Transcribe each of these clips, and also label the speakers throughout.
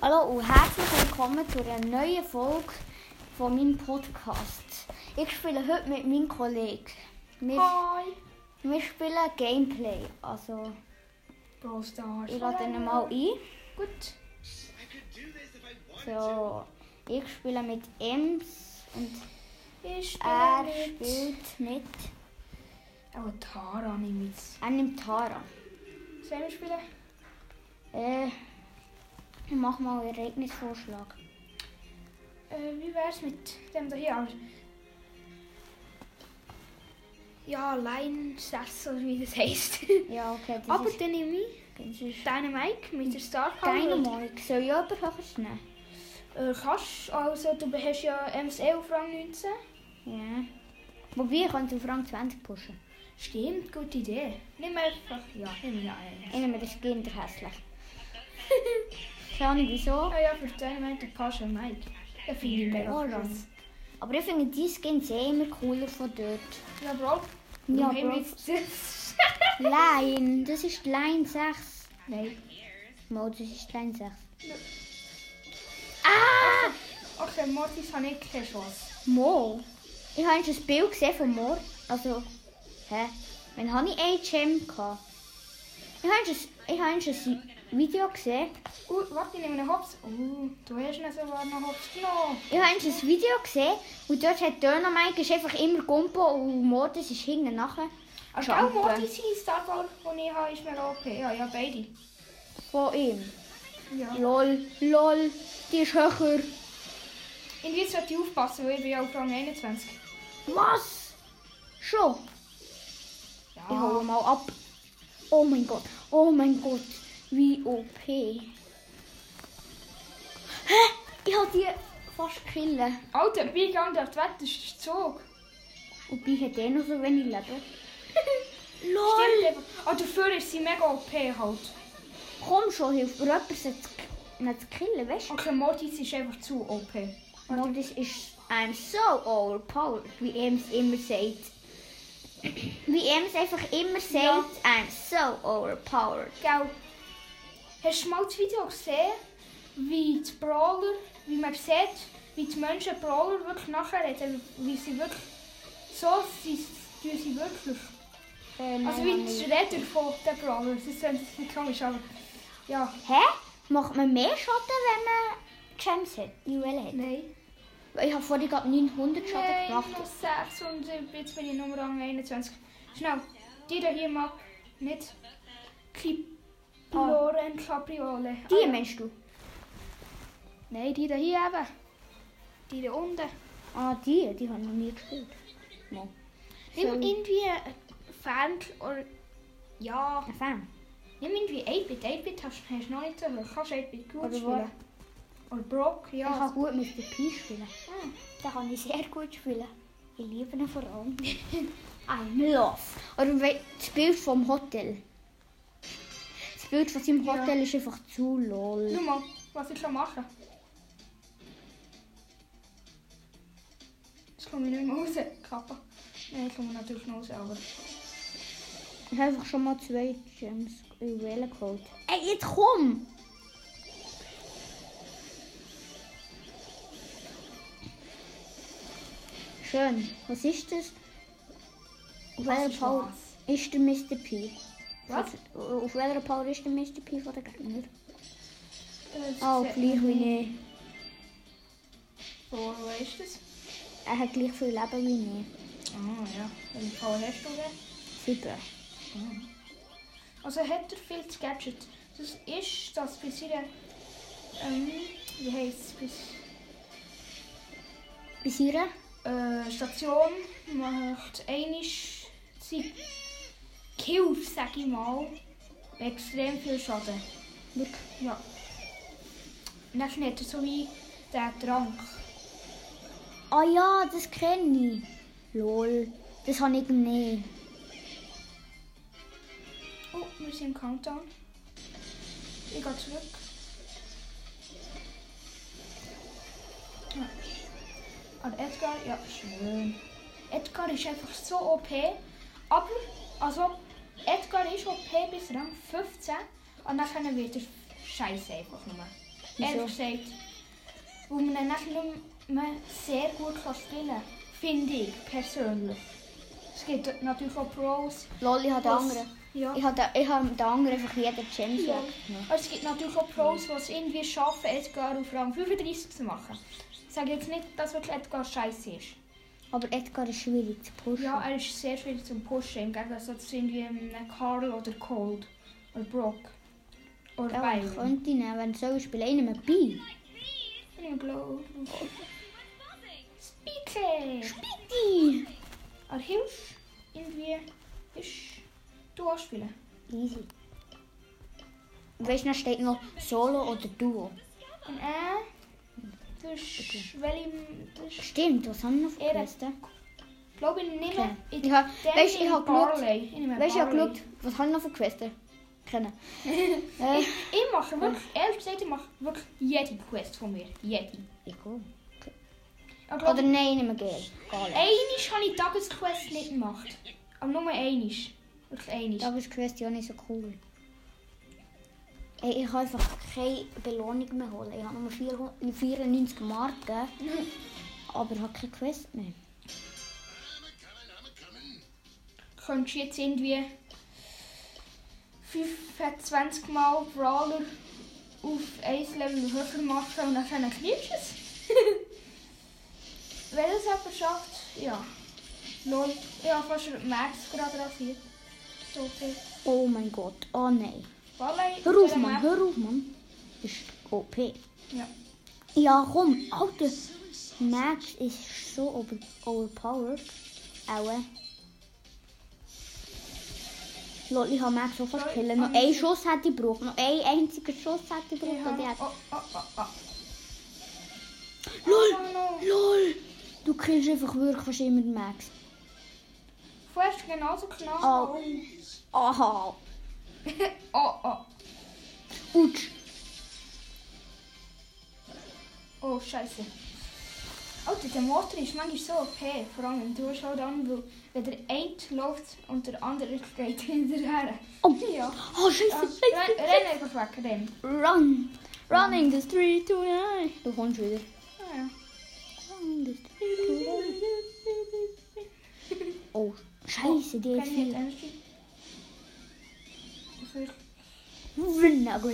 Speaker 1: Hallo und herzlich willkommen zu einer neuen Folge von meinem Podcast. Ich spiele heute mit meinem Kollegen. Wir,
Speaker 2: Hi!
Speaker 1: wir spielen Gameplay. Also,
Speaker 2: Brawl Stars.
Speaker 1: ich lade ihn mal ein.
Speaker 2: Gut.
Speaker 3: I could do this if I wanted to.
Speaker 1: So, ich spiele mit Ems und
Speaker 2: Ich spiele
Speaker 1: er
Speaker 2: mit...
Speaker 1: spielt mit.
Speaker 2: Oh, Tara nehme ich jetzt.
Speaker 1: Er nimmt Tara.
Speaker 2: Mit wem spielen?
Speaker 1: Äh, ich mache mal einen Ereignisvorschlag.
Speaker 2: Äh, wie wär's mit dem da hier? Aber- Ja, Line Sass oder wie das heisst.
Speaker 1: Ja, okay, das
Speaker 2: Aber
Speaker 1: ist,
Speaker 2: dann nehme ich
Speaker 1: das ist
Speaker 2: deinen Mike mit der Star Power.
Speaker 1: Dynamik. Soll ich jemand höher nehmen?
Speaker 2: Äh, kannst. Also, du hast ja MSE auf Rang 19.
Speaker 1: Ja. Wobei, ich könnte auf Rang 20 pushen.
Speaker 2: Stimmt, gute Idee. Nimm einfach. Ja, nimm ja einen.
Speaker 1: Ich nehme das Kind hässlich. Keine Ahnung wieso.
Speaker 2: Ah ja, für deinen Mike, du kannst ja Mike. Ja, finde ich mega krass.
Speaker 1: Aber ich finde die Skins eh immer cooler von dort.
Speaker 2: Ja, Bro.
Speaker 1: Ja,
Speaker 2: Nimm
Speaker 1: Bro.
Speaker 2: jetzt-
Speaker 1: Line, das ist Line 6.
Speaker 2: Nein.
Speaker 1: Mo, das ist Line 6.
Speaker 2: Okay, Mortis habe ich keine Chance.
Speaker 1: Ah! Mo? Ich habe jetzt ein Bild gesehen von Mo. Also, hä? Wann habe ich eine Gem gehabt? Ich habe jetzt ein- ich habe jetzt ein Video gesehen.
Speaker 2: Uh, warte, ich nehme einen Hops. Uh, du hast ihn sogar noch Hops genommen.
Speaker 1: Ich habe jetzt ein Video gesehen und dort hat Dönermike ist einfach immer Gumpo und Mortis ist hinten nachher.
Speaker 2: Also auch
Speaker 1: Jumpen.
Speaker 2: Mortis ist Star Power, den ich habe, ist mir OP. Ja, ja, beide.
Speaker 1: Von ihm.
Speaker 2: Ja.
Speaker 1: Lol, lol, die ist höher.
Speaker 2: Und jetzt sollte ich aufpassen, weil ich bin ja auf Rang 21.
Speaker 1: Was? Schon? Ich hole
Speaker 2: Ja.
Speaker 1: mal ab. Oh mein Gott, oh mein Gott, wie OP. Hä? Ich habe die fast killen.
Speaker 2: Alter, wie geht der Wetter? Das ist der Zug.
Speaker 1: Und ich hätte eh noch so wenig Leben.
Speaker 2: Stimmt einfach. Aber dafür ist sie mega OP halt.
Speaker 1: Komm schon, hilf mir jemanden zu, nicht zu killen, weißt
Speaker 2: Okay, Mortis ist einfach zu OP.
Speaker 1: du? Mortis ist dus I'm so overpowered, wie Ems immer sagt. Wie Ems einfach immer sagt,
Speaker 2: Ja. Eh,
Speaker 1: I'm so overpowered.
Speaker 2: Gell. Hast du mal das Video gesehen, wie die Brawler, wie man sieht, wie die Menschen Brawler wirklich nachreden, wie sie wirklich so sie, tun sie wirklich.
Speaker 1: Ähm,
Speaker 2: Also dus. wie die Räder von den Brawler, das ist ein bisschen komisch, aber ja,
Speaker 1: Hä? Macht man mehr Schaden, wenn man Gems hat? Juwelen hat?
Speaker 2: nein.
Speaker 1: Weil Ich habe vorhin gerade 900 Schaden
Speaker 2: Nein, noch
Speaker 1: gemacht.
Speaker 2: 6 und jetzt bin ich nur Rang 21. Schnell, Dus nou, die da hier mal nicht. Cliploren Capriole.
Speaker 1: Die meinst du?
Speaker 2: Nein, Oh, die da hier eben. Die da unten.
Speaker 1: Ah, die? Die haben noch nie gespielt. Mal.
Speaker 2: Nimm
Speaker 1: Soll-
Speaker 2: irgendwie ein Fan oder. Ja.
Speaker 1: Ein Fan.
Speaker 2: Nimm irgendwie 8-Bit. 8-Bit hast hast du noch nicht so hoch. Kannst 8-Bit gut
Speaker 1: Oder
Speaker 2: spielen. Oder Brock,
Speaker 1: Ich kann
Speaker 2: ja.
Speaker 1: gut mit der Pi spielen.
Speaker 2: Hm.
Speaker 1: also Da kann ich sehr gut spielen. Ich liebe ihn vor allem. I'm love. Oder we- das Bild vom Hotel. Das Bild von seinem
Speaker 2: Ja.
Speaker 1: Hotel ist einfach zu lol.
Speaker 2: Schau mal, was ich schon mache. Jetzt komme ich nicht mehr raus. Kappa. Nein, ich komme natürlich noch raus, aber.
Speaker 1: Ich habe einfach schon mal zwei Gems Juwelen geholt. Ey, jetzt komm! Schön. Was ist das? Auf welcher
Speaker 2: ist
Speaker 1: Power ist der Mr. P?
Speaker 2: Was?
Speaker 1: Auf- Auf welcher Power ist der Mr. P von der Gegner?
Speaker 2: Äh, das
Speaker 1: Oh,
Speaker 2: sieht
Speaker 1: gleich
Speaker 2: man nicht.
Speaker 1: wie ich.
Speaker 2: So, wo ist das?
Speaker 1: Er hat gleich viel Leben wie
Speaker 2: Ah, ja. Welche Power hast du
Speaker 1: ich.
Speaker 2: denn?
Speaker 1: Sieben.
Speaker 2: Also hat er viel zu gadget. Das ist, dass bei seiner. Ähm, wie heisst es?
Speaker 1: Bei Sira?
Speaker 2: Bei äh, Station macht einisch sie Kills, sag ich mal, extrem viel Schaden.
Speaker 1: Wirklich?
Speaker 2: Ja. Und dann hat er so wie den Trank.
Speaker 1: Ah ja, das kenne ich. Lol. Das habe ich nicht.
Speaker 2: Oh, wir sind im Countdown. Ich gehe zurück. Ja. Aber Edgar, ja, schön. Edgar ist einfach so OP. Aber, also, Edgar ist OP bis Rang 15. Und dann wird er scheiße einfach nur. ehrlich
Speaker 1: Wieso?
Speaker 2: gesagt. Weil man ihn nachher nicht mehr sehr gut kann spielen kann. Finde ich persönlich. Es gibt natürlich auch Pros.
Speaker 1: Lol, ich habe den
Speaker 2: Was?
Speaker 1: anderen.
Speaker 2: Ja.
Speaker 1: Ich habe den, ich habe den anderen einfach jeden Gems
Speaker 2: Ja.
Speaker 1: weggenommen.
Speaker 2: Aber es gibt natürlich auch Pros, die es irgendwie schaffen, Edgar auf Rang 35 zu machen. Ich sage jetzt nicht, dass wirklich Edgar scheiße ist.
Speaker 1: Aber Edgar ist schwierig zu pushen.
Speaker 2: Ja, er ist sehr schwierig zum Pushen, im Gegensatz zu irgendwie einem Carl oder Cold oder Brock oder
Speaker 1: Ja, ich
Speaker 2: Byron.
Speaker 1: könnte ihn nehmen, wenn ich so spiele. Ich nehme Bi.
Speaker 2: Ich glaube. Spike!
Speaker 1: Bitte!
Speaker 2: Aber hilf irgendwie ist du anspielen.
Speaker 1: Easy. Weißt du, da steht noch Solo oder Duo.
Speaker 2: Und äh, er. Das ist. Welchem. Das ist.
Speaker 1: Stimmt, was haben wir noch
Speaker 2: Ehre.
Speaker 1: vergessen?
Speaker 2: Glaube ich nicht mehr.
Speaker 1: Ich habe weißt, du, ich habe geschaut,
Speaker 2: Weißt
Speaker 1: weißt, du, ich habe geschaut, was haben wir noch für Questen? Kennen. äh,
Speaker 2: Ich, ich mache wirklich. Ehrlich gesagt, ich mache wirklich jede Quest von mir. Jede.
Speaker 1: ich cool.
Speaker 2: Ich glaub,
Speaker 1: Oder nein, nicht mehr Gale. Gale.
Speaker 2: Einisch habe ich die Tagesquest nicht gemacht. Aber nur einisch. Wirklich einisch.
Speaker 1: Da ist die Quest ja nicht so cool. Ey, ich kann einfach keine Belohnung mehr holen. Ich habe nur 400 94 Marken, aber ich habe keine Quest mehr.
Speaker 2: Könntest du jetzt irgendwie 25 Mal Brawler auf ein Level höher machen und dann kriegst du es. Wenn es aber schafft, ja. Lol, ich habe fast Max gerade rasiert. So, okay.
Speaker 1: Oh mein Gott, oh nein.
Speaker 2: Ballet,
Speaker 1: Hör auf, Mann, hör auf, Mann. Das ist OP.
Speaker 2: Ja.
Speaker 1: Ja, komm, Alter. Max ist so over overpowered. Aua. Lol, ich habe Max schon fast
Speaker 2: Sorry,
Speaker 1: killen. Noch
Speaker 2: Anita.
Speaker 1: einen Schuss hätte ich gebraucht. Noch einen einzigen Schuss hätte ich
Speaker 2: Ich
Speaker 1: gebraucht.
Speaker 2: hab-
Speaker 1: und ich hätte-
Speaker 2: Oh, oh, oh, oh.
Speaker 1: Lol,
Speaker 2: Oh, no.
Speaker 1: lol. Du killst einfach wirklich fast immer den Max.
Speaker 2: Vorerst genauso klar.
Speaker 1: Oh. Aha.
Speaker 2: Oh, oh.
Speaker 1: Utsch.
Speaker 2: Oh, scheiße. Oh, Alter, der Motor ist manchmal so OP, vor allem im Durchschaudown, weil wenn der eine läuft und der andere geht hinterher.
Speaker 1: Oh.
Speaker 2: Ja.
Speaker 1: Oh, scheiße.
Speaker 2: Ja,
Speaker 1: scheiße,
Speaker 2: renn,
Speaker 1: scheiße.
Speaker 2: renn einfach weg, renn.
Speaker 1: Run. Running the street tonight. Du kommst wieder.
Speaker 2: Ah, ja.
Speaker 1: Run the street tonight. Oh, scheiße, die
Speaker 2: Kann
Speaker 1: hat
Speaker 2: ich nicht
Speaker 1: viel.
Speaker 2: Energy? Ich will-
Speaker 1: Vinegar. Nein,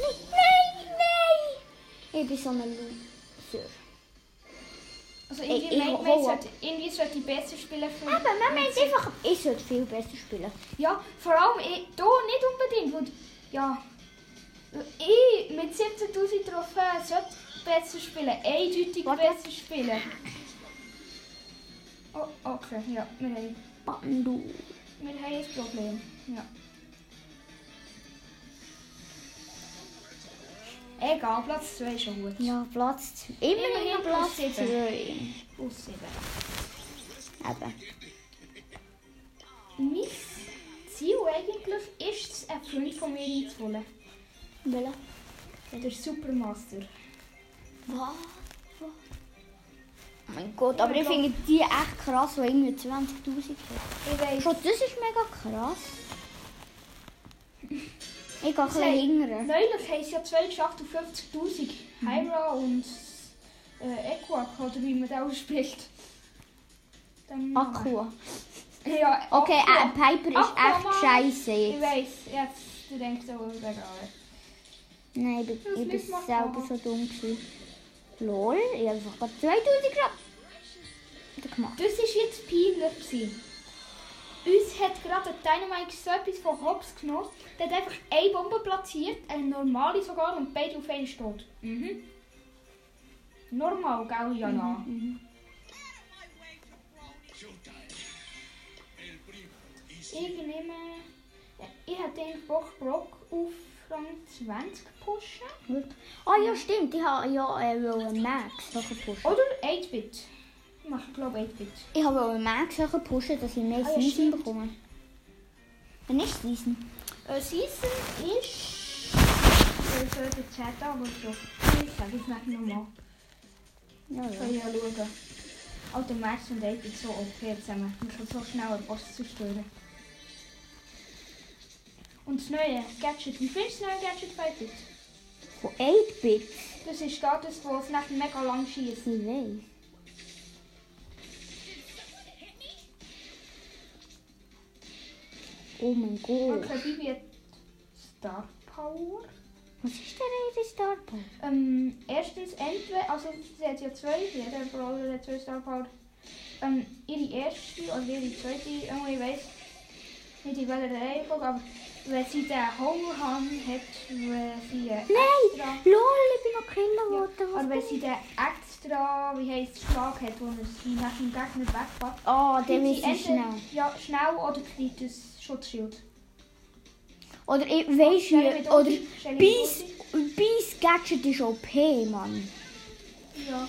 Speaker 1: nein, nein. Ich bin so eine Loser.
Speaker 2: Also
Speaker 1: Ey,
Speaker 2: irgendwie,
Speaker 1: ich
Speaker 2: meint
Speaker 1: hau
Speaker 2: man,
Speaker 1: ab.
Speaker 2: sollte- irgendwie sollte die besser spielen für...
Speaker 1: Aber man meint einfach, ich sollte viel besser spielen.
Speaker 2: Ja, e- vor allem ich, da nicht unbedingt. Und, ja, eh, ich mit 17.000 Trophäen sollte besser spielen, eindeutig
Speaker 1: Warte.
Speaker 2: besser spielen. Oh, okay, ja, wir haben,
Speaker 1: Bandu.
Speaker 2: wir haben ein Problem. Ja. Egal, Platz 2 ist schon gut.
Speaker 1: Ja, Platz 2. Immerhin
Speaker 2: Immerhin
Speaker 1: Platz
Speaker 2: Platz
Speaker 1: 2.
Speaker 2: Aussieben.
Speaker 1: Eben.
Speaker 2: Mein Ziel eigentlich ist es, einen Freund von mir einzuholen.
Speaker 1: Welche?
Speaker 2: Der Supermaster.
Speaker 1: Was? Oh mein Gott, aber
Speaker 2: mein
Speaker 1: ich
Speaker 2: Gott.
Speaker 1: finde die echt krass, die irgendwie 20'000 hat.
Speaker 2: Ich weiss,
Speaker 1: Schon das ist mega krass. Ich gehe ein bisschen
Speaker 2: Hey.
Speaker 1: hingern.
Speaker 2: Neulich haben sie ja zwei geschafft auf 50.000. Hyra und äh, Equak, oder wie man das ausspricht. Dann-
Speaker 1: Aqua.
Speaker 2: Ja, oh,
Speaker 1: Okay, äh,
Speaker 2: Aqua.
Speaker 1: Piper ist
Speaker 2: Aqua,
Speaker 1: echt
Speaker 2: Mann.
Speaker 1: scheiße
Speaker 2: Ich
Speaker 1: jetzt.
Speaker 2: weiss, jetzt denkt ihr auch egal.
Speaker 1: Nein, ich bin,
Speaker 2: Das
Speaker 1: ich bin
Speaker 2: Lied macht
Speaker 1: selber
Speaker 2: Mama.
Speaker 1: so dumm gewesen. Lol, ich habe einfach gerade 2000 Grad. Wieder gemacht.
Speaker 2: Das war jetzt peinlich. Gewesen. Uns hat gerade ein Dynamite so etwas von Hops genommen. Der hat einfach eine Bombe platziert, eine normale sogar, und beide auf einen steht. Mhm. Normal, gell, Jana? Ich nehme. Ja, Ich hätte eigentlich Bock, Brock auf Rang 20 pushen.
Speaker 1: Wirklich. Ah ja, stimmt, ich habe ja äh, wollte Max höher pushen.
Speaker 2: Oder 8-Bit. Ich mache, glaube 8-Bit.
Speaker 1: Ich habe wollte Max höher pushen, dass ich mehr
Speaker 2: Ah ja,
Speaker 1: Season
Speaker 2: stimmt.
Speaker 1: bekomme. Wenn nicht Season.
Speaker 2: Äh, Season ist. Ich soll den Chat aber so. Ich sage es nicht nochmal.
Speaker 1: Ja, ja.
Speaker 2: Soll ich ja schauen. Alter, Max und 8-Bit so OP zusammen. Ich kann so schnell einen Boss zerstören. Und das neue Gadget. Wie findest du das neue Gadget Fighter?
Speaker 1: Von 8-Bit.
Speaker 2: Das ist da das, wo es nachher mega lang schießt.
Speaker 1: Ich weiß. Oh mein Gott.
Speaker 2: Okay, Bibi hat Star Power.
Speaker 1: Was ist denn ihre Star Power?
Speaker 2: Ähm, erstens, entweder, also sie hat ja zwei, jeder Brawler hat zwei Star Power. Ähm, ihre erste oder ihre zweite, irgendwie ich weiß nicht in welcher Reihenfolge, aber wenn sie den Hunger haben, hat, wenn sie einen extra,
Speaker 1: Nein! Lol, ich bin noch Kinder geworden.
Speaker 2: ja,
Speaker 1: Oh,
Speaker 2: Oh,
Speaker 1: Was
Speaker 2: aber wenn
Speaker 1: bin
Speaker 2: sie den extra, wie heisst es, Schlag hat, wo er sie nach dem Gegner wegpackt,
Speaker 1: ich? Oh, der
Speaker 2: kriegt
Speaker 1: ist
Speaker 2: sie
Speaker 1: ich
Speaker 2: entweder-
Speaker 1: schnell.
Speaker 2: Ja, schnell oder kriegt das Schutzschild.
Speaker 1: Oder ich
Speaker 2: Oh,
Speaker 1: weiß
Speaker 2: Stell mit
Speaker 1: nicht. Oder
Speaker 2: Ulti, stell mit
Speaker 1: Beis,
Speaker 2: Ulti.
Speaker 1: Beis Gadget ist OP, Mann.
Speaker 2: Ja.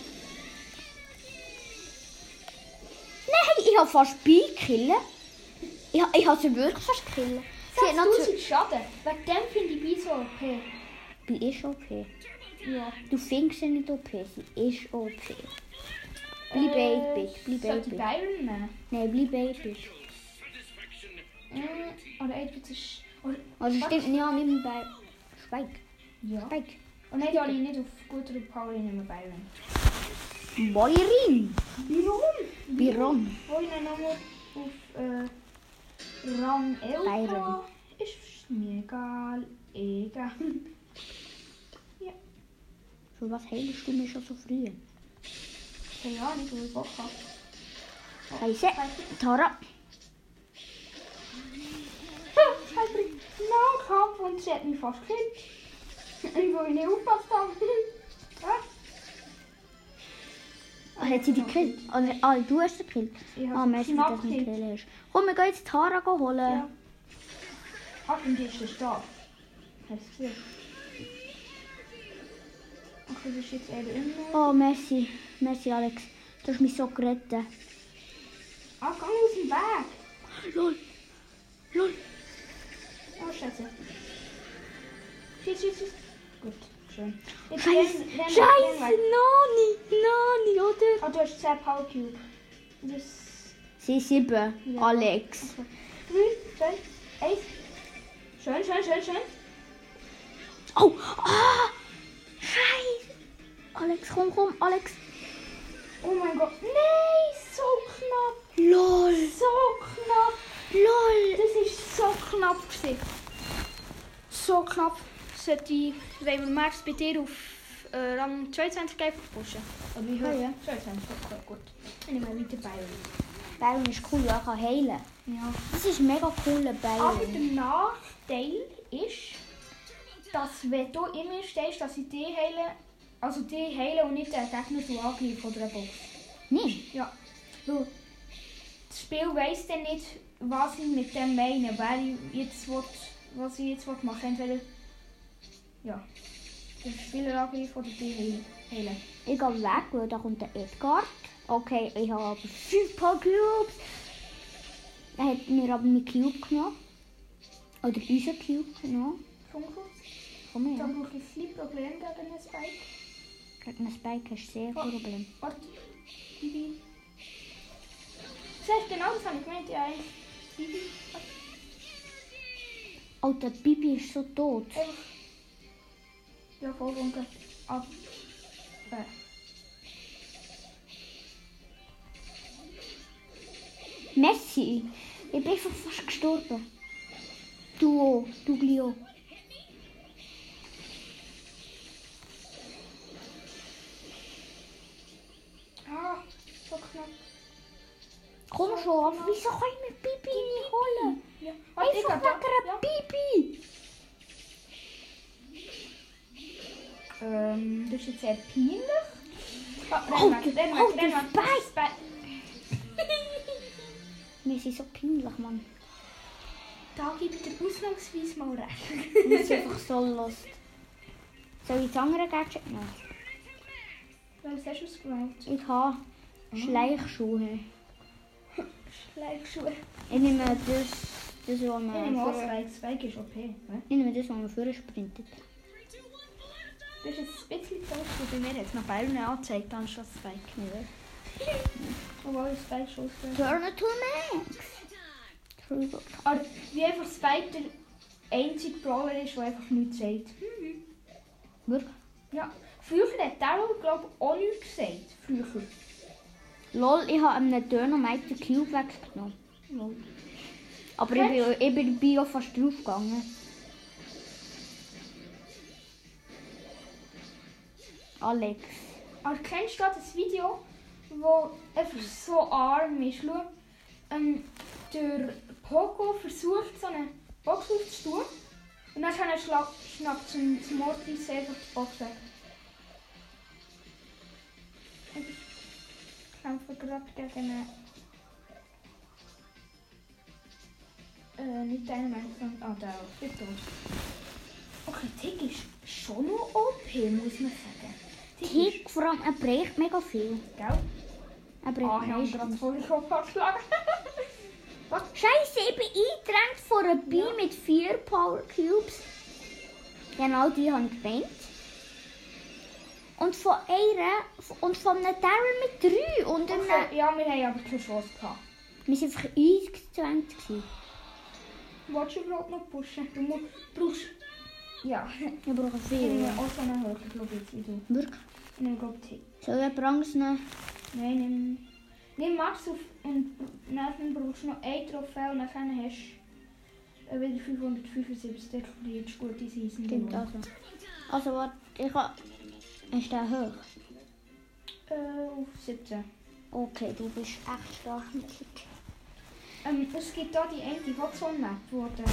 Speaker 1: Nein, ich habe fast Bi killen. Ich, ich habe sie wirklich fast killen. Sie hat noch
Speaker 2: 6000 Schaden. Wegen dem finde ich Biso OP. Eh,
Speaker 1: zu- Bi ist OP.
Speaker 2: Ja.
Speaker 1: Du findest sie nicht OP, sie ist OP. Bleib
Speaker 2: Äh,
Speaker 1: äh, 8-Bit, bleib
Speaker 2: Sollte
Speaker 1: 8-Bit.
Speaker 2: Byron eh, nehmen?
Speaker 1: Nein, bleib 8-Bit.
Speaker 2: Mm, Oder 8-Bit ist... Oder,
Speaker 1: Also
Speaker 2: was?
Speaker 1: stimmt, ja, nicht mehr bei... Schweig,
Speaker 2: Ja. Oh,
Speaker 1: schweig.
Speaker 2: Und nein, die alle nicht auf guter Power nehmen Byron.
Speaker 1: Bäuerin.
Speaker 2: Byron!
Speaker 1: Biron.
Speaker 2: Wo ich ihn nochmal auf äh, Rang 11
Speaker 1: Byron.
Speaker 2: habe, ist mir egal. Egal.
Speaker 1: Für was heilst du mich schon so früh?
Speaker 2: Keine Ahnung, wo ich Bock habe.
Speaker 1: Scheiße. Tara.
Speaker 2: Ha, ich bringe genau gehabt und sie hat mich fast gekillt. Ich wollte nicht aufpassen. Ah,
Speaker 1: Ah, Hat sie dich gekillt? Oder, ah, du hast sie gekillt.
Speaker 2: Ich habe
Speaker 1: Ah,
Speaker 2: sie
Speaker 1: merci,
Speaker 2: knapp
Speaker 1: dass du nicht
Speaker 2: gekillt.
Speaker 1: gekillt hast. Komm, wir gehen jetzt Tara holen.
Speaker 2: Ja. Ach, und die ist der Stab. Hast du gesehen? Ach, das ist jetzt eben immer.
Speaker 1: Oh, merci. Merci, Alex. Du hast mich so gerettet.
Speaker 2: Ah, geh aus dem Weg!
Speaker 1: Lol. Lol.
Speaker 2: Oh, Scheiße. Schieß, schieß, schieß. Gut, schön. Jetzt
Speaker 1: Scheiße.
Speaker 2: renn- renn-
Speaker 1: Scheiße.
Speaker 2: renn weg.
Speaker 1: Nani. Nani, oder?
Speaker 2: Ah, du hast 10 Power Cube. Das.
Speaker 1: Sie ist sieben.
Speaker 2: Ja.
Speaker 1: Alex.
Speaker 2: 3, 2, 1. Schön, schön, schön, schön.
Speaker 1: Oh. Ah. Scheiße. Alex, komm, komm, Alex.
Speaker 2: Oh mein Gott. Nein, so knapp.
Speaker 1: Lol.
Speaker 2: So knapp.
Speaker 1: Lol.
Speaker 2: Das ist so knapp gewesen. So knapp. Sollte ich, wenn wir Max bei dir auf äh, Rang 22 geben, pushen. Oh, Aber ich höre.
Speaker 1: Ah, ja.
Speaker 2: 22, okay, gut. Ich nehme wieder Bayern.
Speaker 1: Byron ist cool, ja, Oh, ich kann heilen.
Speaker 2: Ja.
Speaker 1: Das ist ein mega cooler
Speaker 2: Aber
Speaker 1: Byron.
Speaker 2: der Nachteil ist, dass wenn du immer stehst, dass ich die heile, also die heile und nicht den Gegner du angreifen oder eine Box.
Speaker 1: Nein.
Speaker 2: Ja. Weil das Spiel weiss dann nicht, was ich mit dem meine, wer ich jetzt will, was ich jetzt will machen Entweder ja, Dus den Spieler angreifen oder die heil- heilen.
Speaker 1: Ich gehe weg, weil da kommt der Edgar. Okay, ich habe aber 5 Paar Cubes. Er hat mir aber meinen Cube genommen. Oder unseren Cube genommen.
Speaker 2: Funko,
Speaker 1: Komm
Speaker 2: da
Speaker 1: her.
Speaker 2: brauche ich viel Problem gegen einen Spike.
Speaker 1: Gegen einen Spike hast du sehr viel Problem.
Speaker 2: Ort, Bibi. Selbst genau das habe ich gemeint, ja. eigentlich. Bibi, Ort,
Speaker 1: Alter, Bibi ist so tot.
Speaker 2: einfach. Ja, Ah. Vollfunke. Ab. Äh.
Speaker 1: Messi. Ich bin schon fast gestorben. Du auch, du Glio.
Speaker 2: Ah, so knapp.
Speaker 1: Komm schon, aber wieso kann ich mir Bibi nicht holen?
Speaker 2: Ja. Ort, ich
Speaker 1: Einfach
Speaker 2: hab da.
Speaker 1: wegen
Speaker 2: Ja.
Speaker 1: einer Bibi.
Speaker 2: Ähm, das ist jetzt sehr peinlich. Oh,
Speaker 1: Oh,
Speaker 2: renn weg, renn
Speaker 1: oh,
Speaker 2: weg, renn
Speaker 1: du
Speaker 2: weg.
Speaker 1: Wir sind so peinlich, Mann.
Speaker 2: Da gebe ich dir ausnahmsweise mal recht.
Speaker 1: Das ist einfach so lost. Soll ich das andere Gadget nehmen?
Speaker 2: Was hast du ausgewählt?
Speaker 1: Ich habe Schleichschuhe.
Speaker 2: Schleifschuhe.
Speaker 1: Ich nehme das, das was
Speaker 2: Ich nehme auch
Speaker 1: man
Speaker 2: Zweig. Zweig ist okay. ne?
Speaker 1: ich nehme das, was man vorher sprintet.
Speaker 2: Das ist jetzt ein bisschen falsch, weil bei mir jetzt noch Bayern angezeigt, anstatt Zweig. Obwohl ich Zweig schon
Speaker 1: Turn
Speaker 2: ausgewählt
Speaker 1: to Max! True.
Speaker 2: Oh, habe. Aber wie einfach Zweig der einzige Brawler ist, der einfach nichts sagt.
Speaker 1: Wirklich?
Speaker 2: Ja. Früher hat der auch, glaube ich, auch nichts gesagt. Früher.
Speaker 1: Lol, ich habe einem Dönermeister den Cube weggenommen. Lol. Aber ich bin, ich bin bei Bio fast draufgegangen. Alex.
Speaker 2: Aber kennst du das Video, wo einfach so arm ist? Schau, ähm, der Poco versucht, so eine Box aufzutun. Und dann schna- schla- schnappt zum, zum Mortis einfach die Box weg. Und Ich kämpfe gerade gegen einen... Äh, nicht einen Menschen. Ah, der auch. Ist tot. Okay, Tick ist schon noch OP, muss man sagen. Tick,
Speaker 1: Tick, vor allem, er bricht mega viel.
Speaker 2: gell?
Speaker 1: Er bricht
Speaker 2: Ah, ich habe ihn gerade
Speaker 1: meistens.
Speaker 2: vor den Kopf geschlagen. Was?
Speaker 1: Scheiße, ich bin eingedrängt vor een Bi mit vier Power Cubes. Genau die habe ich gemeint. Und von einer und von einem Darren mit drei. Und einem,
Speaker 2: Okay, ja, wir haben aber keine Chance gehabt.
Speaker 1: wir waren einfach eingezwängt. gewesen.
Speaker 2: Willst du überhaupt noch pushen? Du mu- brauchst... Ja,
Speaker 1: Ich brauche
Speaker 2: ich
Speaker 1: viel.
Speaker 2: nehme auch so einen Hörer, glaube ich, jetzt wie du.
Speaker 1: Wirklich?
Speaker 2: Ich nehme, glaube ich, Tick.
Speaker 1: Soll ich jemand anderes nehmen?
Speaker 2: Nein, nimm... Nimm Max auf und dann brauchst du noch ein Trophäe und dann hast du äh, wieder 575. Dann spielst du gute Season.
Speaker 1: Stimmt, also. Also, warte, ich habe... Ist der hoch?
Speaker 2: Äh, auf 17.
Speaker 1: Okay, du bist echt stark mit Tick.
Speaker 2: Ähm, es gibt hier die eine Hotzone-Map, wo du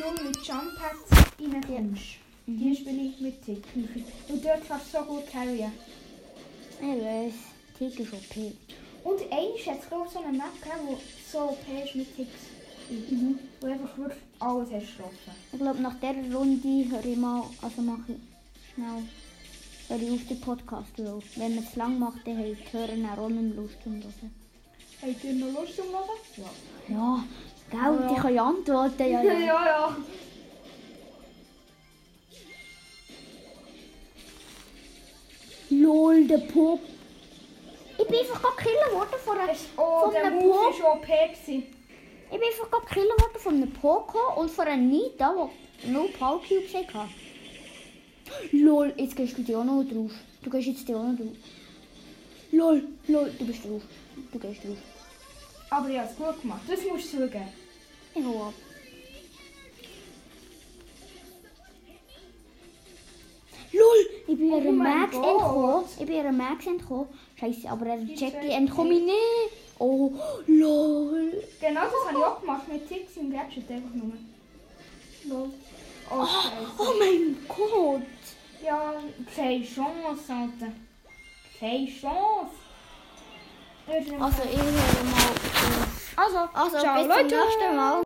Speaker 2: nur mit Jump-Pads reinkommst. Die spiele ich mit Tick. Und dort kannst du so gut carryen.
Speaker 1: Ich weiß, Tick ist okay.
Speaker 2: Und eigentlich hat es glaube ich so eine Map gegeben, wo so OP ist mit Ticks.
Speaker 1: Mhm.
Speaker 2: Wo einfach wirklich alles hast getroffen.
Speaker 1: Ich glaube, nach dieser Runde höre ich mal, also mache ich schnell, höre ich auf den Podcast los. Wenn man es lang macht, dann habe ich hören auch nicht mehr Lust zum Hören.
Speaker 2: Habt ihr noch Lust zum Hören? Ja.
Speaker 1: Ja, gell,
Speaker 2: Ja.
Speaker 1: die kann ja antworten, ja, ja.
Speaker 2: Ja, ja. ja.
Speaker 1: Lol, der Pop. Ich bin einfach gerade killen worden von einer...
Speaker 2: Es, oh,
Speaker 1: Von
Speaker 2: der
Speaker 1: einem
Speaker 2: Move
Speaker 1: Po?
Speaker 2: war OP. gewesen.
Speaker 1: Ich bin einfach gerade killen worden von einem Poco und von einer Nita, die no Power Cubes hatte. Lol, jetzt gehst du die auch noch drauf. Du gehst jetzt die auch noch drauf. nou, Lol, lol, du bist drauf. Du gehst drauf.
Speaker 2: Aber ich habe es gut gemacht. Das musst du zugeben.
Speaker 1: Ich hau ab. LOL! Ich bin
Speaker 2: Oh
Speaker 1: ihrem
Speaker 2: mein
Speaker 1: Max
Speaker 2: Gott.
Speaker 1: entkommen. Ich bin ihrem Max entkommen. Scheiße, aber er checkt die
Speaker 2: checkt
Speaker 1: entkomme ich nicht. Oh, LOL!
Speaker 2: Genau das habe ich auch gemacht mit Ticks im Gadget einfach nur. Lol. Oh, scheiße.
Speaker 1: Oh mein Gott!
Speaker 2: Ja, keine Chance, Alter. Keine Chance. Ich nehme
Speaker 1: Also, ich höre mal. auf. Also, also
Speaker 2: Ciao,
Speaker 1: bis zum
Speaker 2: Leute.
Speaker 1: nächsten Mal.